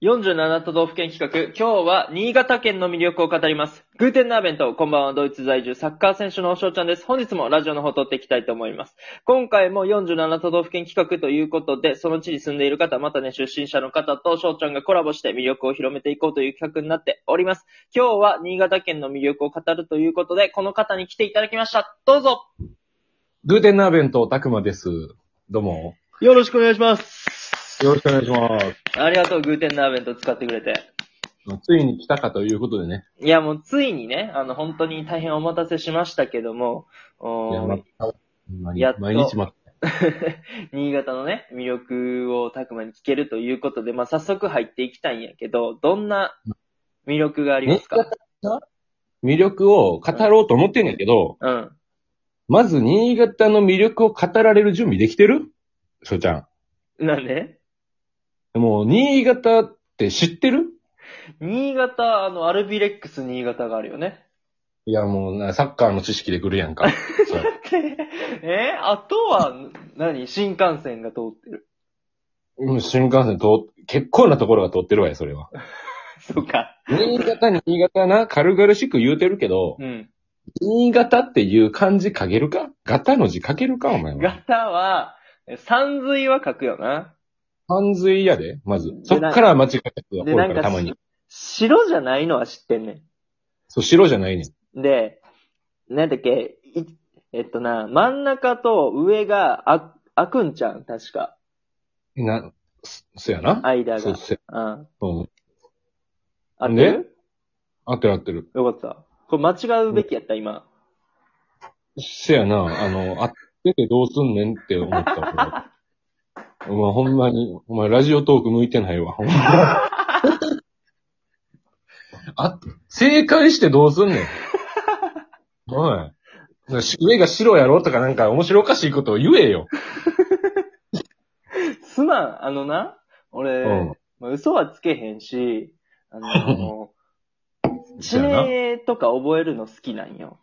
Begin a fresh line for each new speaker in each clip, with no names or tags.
47都道府県企画、今日は新潟県の魅力を語ります。グーテンナーベント、こんばんは、ドイツ在住サッカー選手の翔ちゃんです。本日もラジオの方撮っていきたいと思います。今回も47都道府県企画ということで、その地に住んでいる方、またね、出身者の方と翔ちゃんがコラボして魅力を広めていこうという企画になっております。今日は新潟県の魅力を語るということで、この方に来ていただきました。どうぞ
グーテンナーベント、たくまです。どうも。
よろしくお願いします。
よろしくお願いしま
ありがとう、グーテンナーベント使ってくれて。
す。ついに来たかということでね。
いや、もうついにね、あの、本当に大変お待たせしましたけども、おー
いや待ったほんまに
やっと
毎日待って。
新潟のね、魅力をたくまに聞けるということで、まあ、早速入っていきたいんやけど、どんな魅力がありますか
魅力を語ろうと思ってんやけど、
うん。
まず新潟の魅力を語られる準備できてるしょちゃ
なんで
ん。もう、新潟って知ってる
新潟、あの、アルビレックス新潟があるよね。
いや、もうな、サッカーの知識で来るやん か。そう
えあとは、何新幹線が通ってる。
うん新幹線通っ、結構なところが通ってるわよ、それは。
そうか。
新潟に新潟な、軽々しく言うてるけど、
うん。
新潟っていう漢字書けるかガタの字書けるかお前は。
型は、山水は書くよな。
漢字やで、まず
で。
そっから間違えた人がお
で、
る
な
か
ん
ら
か
たまに。、
白じゃないのは知ってんねん。
そう、白じゃないねん。
で、なんだっけ、いえっとな、真ん中と上があ、あくんちゃん、確か。
な、そそやな。
間
そう、
が。
そや。
うん。
うん。
合ってる
合ってる合ってる。
よかった。これ間違うべきやった、今。
そやな、あの、合っててどうすんねんって思った わ。俺お前ほんまに、お前ラジオトーク向いてな いわ、ほんまに。あ、正解してどうすんねん。おい。し上が白やろとかなんか面白おかしいことを言えよ。
すまん、あのな、俺、
うん
まあ、嘘はつけへんし、あ の、地
そうやな
名とか覚えるの好きなんよ。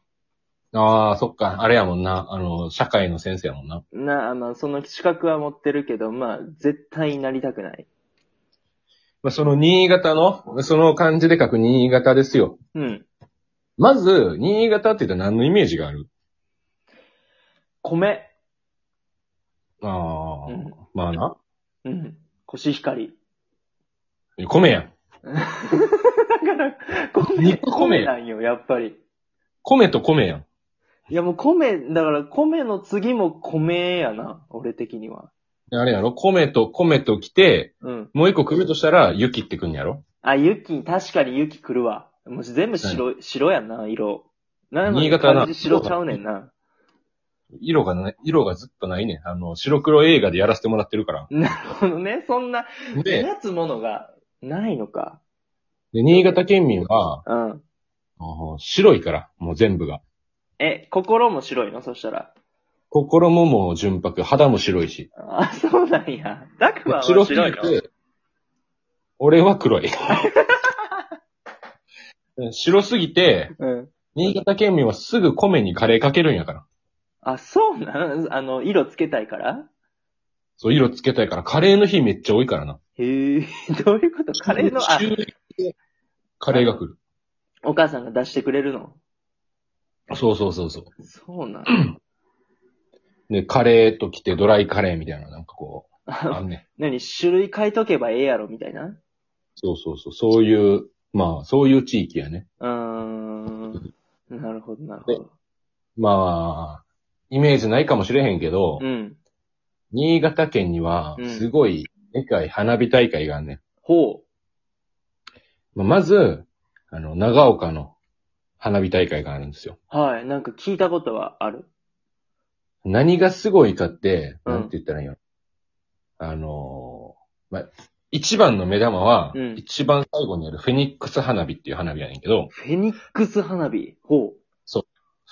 ああ、そっか。あれやもんな。あの、社会の先生やもんな。
な、まあ、その資格は持ってるけど、まあ、絶対になりたくない。
まあ、その新潟の、その漢字で書く新潟ですよ。
うん。
まず、新潟って言ったら何のイメージがある
米。
ああ、
うん
まあな。
うん。コシヒカリ。
米やん。
だから、米、
肉米
米なんよ、やっぱり。
米と米やん。
いやもう米、だから米の次も米やな、俺的には。
あれやろ米と米と来て、
うん。
もう一個来るとしたら、雪ってくんやろ
あ、雪、確かに雪来るわ。もう全部白、白やんな、色。なのに
新潟な
漢字白ちゃうねんな。
色がな、色がずっとないねん。あの、白黒映画でやらせてもらってるから。
なるほどね。そんな、目
で、
立つものがないのか。
で新潟県民は、
うん。
あの白いから、もう全部が。
え、心も白いのそしたら。
心ももう純白、肌も白いし。
あ、そうなんや。ダクマは白
白
い
す
の
ぎて、俺は黒い。白すぎて、
うん。
新潟県民はすぐ米にカレーかけるんやから。
あ、そうなんあの、色つけたいから
そう、色つけたいから、カレーの日めっちゃ多いからな。
へえ、どういうことカレーの、あ、
週でカレーが来る。
お母さんが出してくれるの
そうそうそうそ
そうなん。
う。で、カレーと来てドライカレーみたいな、なんかこう、あ
あ
んね。
何種類変えとけばええやろみたいな
そうそうそう、そういう、まあ、そういう地域やね。
うーん。なるほど、なるほど。
まあ、イメージないかもしれへんけど、
うん。
新潟県には
うん、
すごい、でかい花火大会があんねん。
ほ
まあまず、あの、長岡の花火大会があるんですよ。
う。はい。なんか聞いたことはある。
何がすごいかって、
うん
なんて言ったらいいの、あのーまあ、一番の目玉は、
うん
一番最後にあるフェニックス花火っていう花火やねんけど、
フェニックス花火。ほ
そ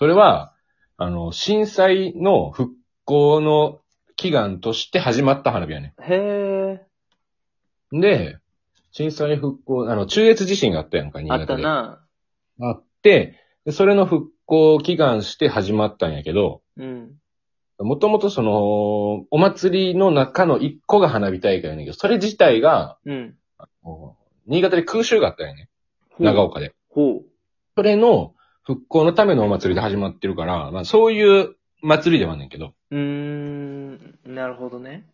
れは、あの、震災の復興の祈願として始まった花火やね
う。へえ。
ん。で、震災復興、あの、中越地震があったやんか、新
あっ
潟
た
で。
な。
あって、でそれの復興を祈願して始まったんやけど、
うん。
もともとその、お祭りの中の一個が花火大会やねんけど、それ自体が、
うん。
もう新潟で空襲があったよね。長
尾。
岡で。
ほう。
それの復興のためのお祭りで始まってるから、まあそういう祭りではねんけど。
うーん、なるほどね。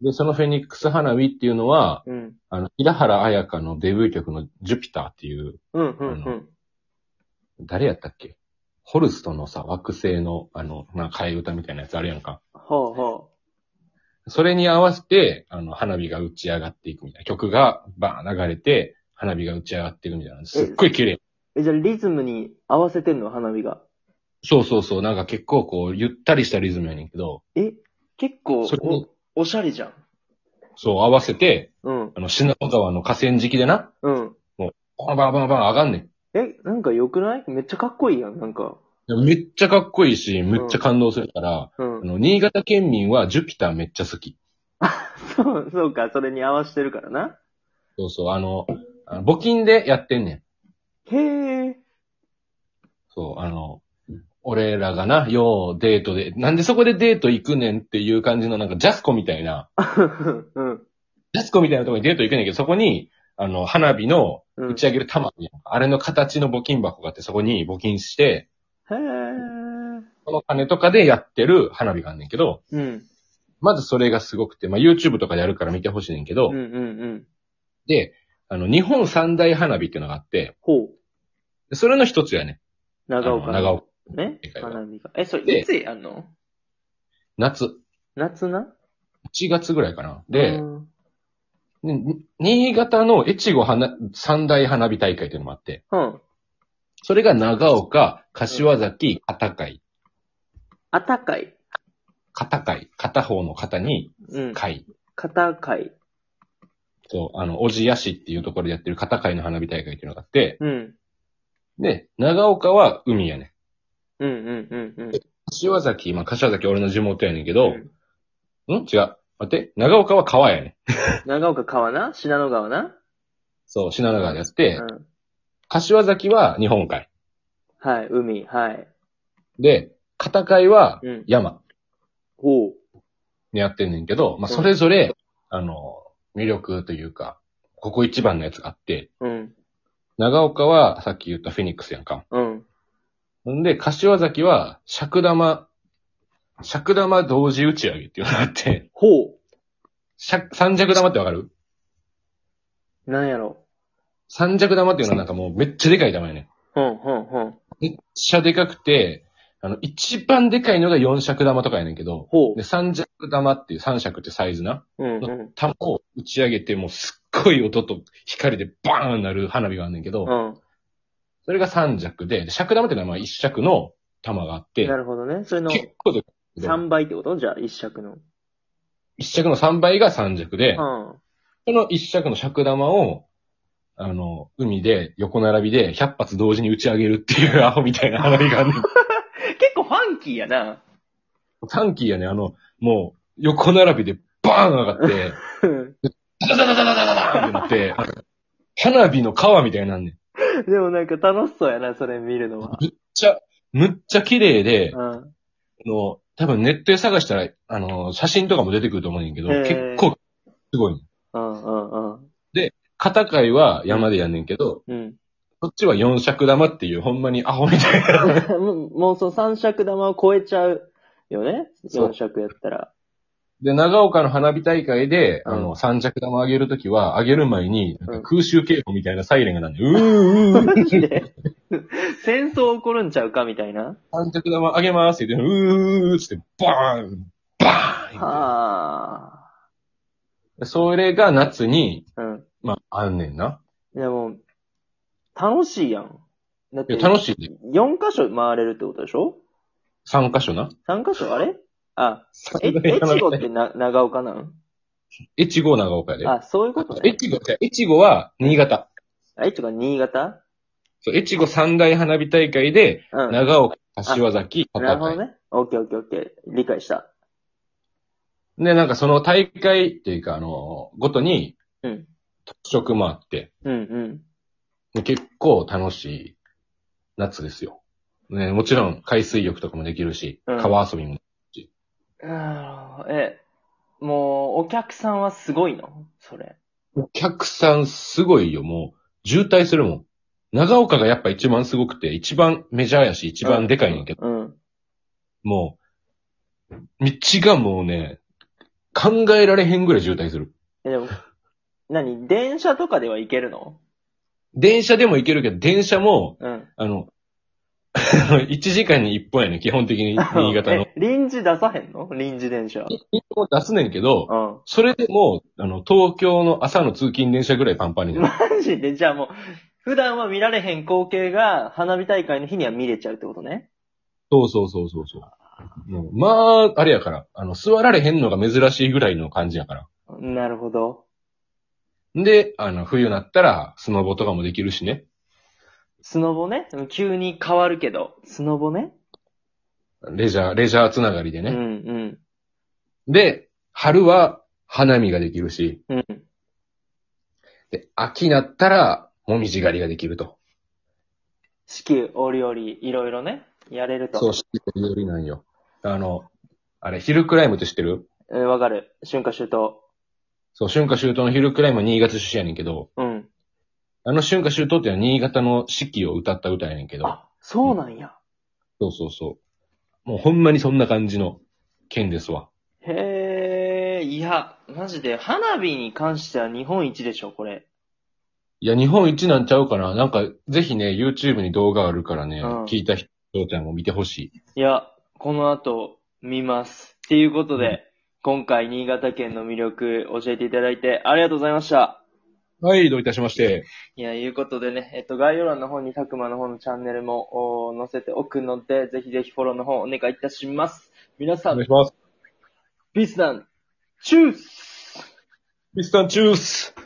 で、そのフェニックス花火っていうのは、
うん。
あの、平原綾香のデビュー曲のジュピターっていう、
うん、うん、
あ
う
の
ん。
誰やったっけホルストのさ、惑星の、あの、な、替え歌みたいなやつあるやんか。
ほうほ
それに合わせて、あの、花火が打ち上がっていくみたいな。曲がバーン流れて、花火が打ち上がっていくみたいな。すっごい綺麗。
う。え、じゃあリズムに合わせてんの花火が。
そうそうそう。なんか結構こう、ゆったりしたリズムやねんけど、
え、結構
それに
お、おしゃれじゃん。
そう合わせて、
うん、
あの、品川の河川敷でな、
うん。
バンバンバンバン上がんねん。
え、なんか良くないめっちゃかっこいいやん、なんか。
でもめっちゃかっこいいし、めっちゃ感動するから、
うん
あ。の、新潟県民はジュピターめっちゃ好き。
そう、そうか、それに合わせてるからな。
そうそう、あの、あの募金でやってんねん。
へえ。
そう、あの、俺らがな、ようデートで、なんでそこでデート行くねんっていう感じのなんかジャスコみたいな、
うん。
ジャスコみたいなところにデート行くねんけど、そこに、あの、花火の
うん。
打ち上げる玉に、あれの形の募金箱があって、そこに募金して、
へえ。
その金とかでやってる花火があんねんけど、
うん。
まずそれがすごくて、まあ、YouTube とかでやるから見てほしいねんけど、
うんうんうん。
で、あの、日本三大花火っていうのがあって、
ほう。
でそれの一つやね。
長岡の。
あの長岡。
ね
世。界は
花火が。え、それ
で
いつやんの
夏。
夏な
1月ぐらいかな。で、
うん
に新潟の越後花、三大花火大会っていうのもあって、
うん。
それが長岡、柏崎、片海。
あたかい。
片海。片方の片に、
うん。
海。
かたかい。
そう、あの、小千谷市っていうところでやってる片海の花火大会っていうのがあって、
うん。
で、長岡は海やね。
うんうんうんうん。
柏崎、まあ、柏崎俺の地元やねんけ
う
ど、
ん
ん違う。待って、長岡は川やね。
長岡川な信濃川な
そう、品川でやって、
うん。
柏崎は日本海。
はい、海、はい。
で、片海は
うん。
山
ほう。
にやってんねんけど、まあ、それぞれ、あの、魅力というか、ここ一番のやつがあって、
うん。
長岡はさっき言ったフェニックスやんか。
うん。
んで、柏崎は尺玉、尺玉同時打ち上げっていうのがあって、
ほ
尺三尺玉ってわかる
う。なんやろ。
三尺玉っていうのはなんかもうめっちゃでかい玉やねん。
うん、うん、うん。
めっちゃでかくて、あの、一番でかいのが四尺玉とかやねんけど、
ほう
で、。三尺玉っていう、三尺ってサイズな。
うん、うん。
玉を打ち上げて、もうすっごい音と光でバーンなる花火があんねんけど、
うん。
それが三尺で、で尺玉ってのはまあ一尺の玉があって
な、るほどね。それの
結構でかいけど
3倍ってことじゃあ、一尺の。
一尺の三倍が三尺で、
うん。
その一尺の尺玉を、あの、海で横並びで100発同時に打ち上げるっていうアホみたいな花火があんねん。
結構ファンキーやな。
短期やね、あの、もう横並びでバーン上がって、ダダダダダダダダーンってなって、花火の川みたいになんね ん。
でもなんか楽しそうやな、それ見るのは。
むっちゃ、むっちゃ綺麗で、あ
うん。
の、多分ネットで探したら、あの、写真とかも出てくると思うねんけど、
へー
結構、すごいね。
うん、うん、うん。
片貝は山でやんねんけど、
うん。
こっちは四尺玉っていう、ほんまにアホみたいな。
もう、もうその三尺玉を超えちゃうよね。
そう
四尺やったら。
で、長岡の花火大会で、あ
う
の、三尺玉上げるときは、上げる前に、なんか空襲警報みたいなサイレンがなんで、う ーん、うーん、
マジで戦争起こるんちゃうかみたいな。
三尺玉上げますって言って、うーん、つって、バーン、バーン
はあ。
それが夏に、
うん。
まあ、あんねんな。
でも、楽しいやん。だっ
い
て、
や、楽しいで。
4箇所回れるってことでしょ
3カ所な。
?3 箇所あれあ、え、
三大
越
花火
後ってな、長岡なん
越後長岡やで。
あ、そういうことね。
越後、じゃあ越後は新潟。
あ、越後が新潟
そう、越後三大花火大会で、
うん。な
長岡、柏崎、
る
片
ほど
貝。
ね。オッケーオッケーオッケー。理解した。
で、なんかその大会っていうか、あの、ごとに、
うん。
特色もあって、
うんうん。
結構楽しい夏ですよ。ね、もちろん海水浴とかもできるし、
うん
川遊びも。
なるほどえ、もう、お客さんはすごいのそれ。
お客さんすごいよ、もう。渋滞するもん。長岡がやっぱ一番すごくて、一番メジャーやし、一番でかいんやけど、
うん。
もう、道がもうね、考えられへんぐらい渋滞する。
え、でも、 何電車とかでは行けるの
電車でも行けるけど、電車も、
うん。
あの、1時間に1本やね、基本的に新潟の。
え臨時出さへんの臨時電車。
出すねんけど、
うん。
それでも、あの、東京の朝の通勤電車ぐらいパンパンになる。
マジで、じゃあもう、普段は見られへん光景が、花火大会の日には見れちゃうってことね。
そうそうそうそうそう。もうまあ、あれやから、あの、座られへんのが珍しいぐらいの感じやから。
なるほど。
で、あの、冬になったら、スノボとかもできるしね。
スノボね。うん急に変わるけど、スノボね。
レジャー、レジャーつながりで
う
ね。
ん、
で、春は、花見ができるし、
うん。うん。
で、秋になったら、もみじ狩りができると。
四季折々、いろいろね、やれると。
そう、四季折々なんよ。あの、あれ、ヒルクライムって知ってる
うん、わかる。春夏秋冬。
そう、春夏秋冬のヒルクライムは新潟出身やねんけど、
うん。
あの春夏秋冬っていうのは新潟の四季を歌った歌やねんけど、
あ、そうなんや。
そうそうそう。もうほんまにそんな感じの県ですわ。
へえ、いや、マジで、花火に関しては日本一でしょ、これ。
いや、日本一なんちゃうかななんか、ぜひね、YouTube に動画あるからね、
うん
聞いた人ちゃんも見てほしい。
いや、この後、見ます。っていうことで、今回、新潟県の魅力、教えていただいて、ありがとうございました。
はい、どういたしまして。
いや、いうことでね、えっと、概要欄の方に、たくまの方のチャンネルも、お載せておくので、ぜひぜひフォローの方、お願いいたします。皆さ
お願い
ん、
します。
ピースダン、チュース
ミスタンチュース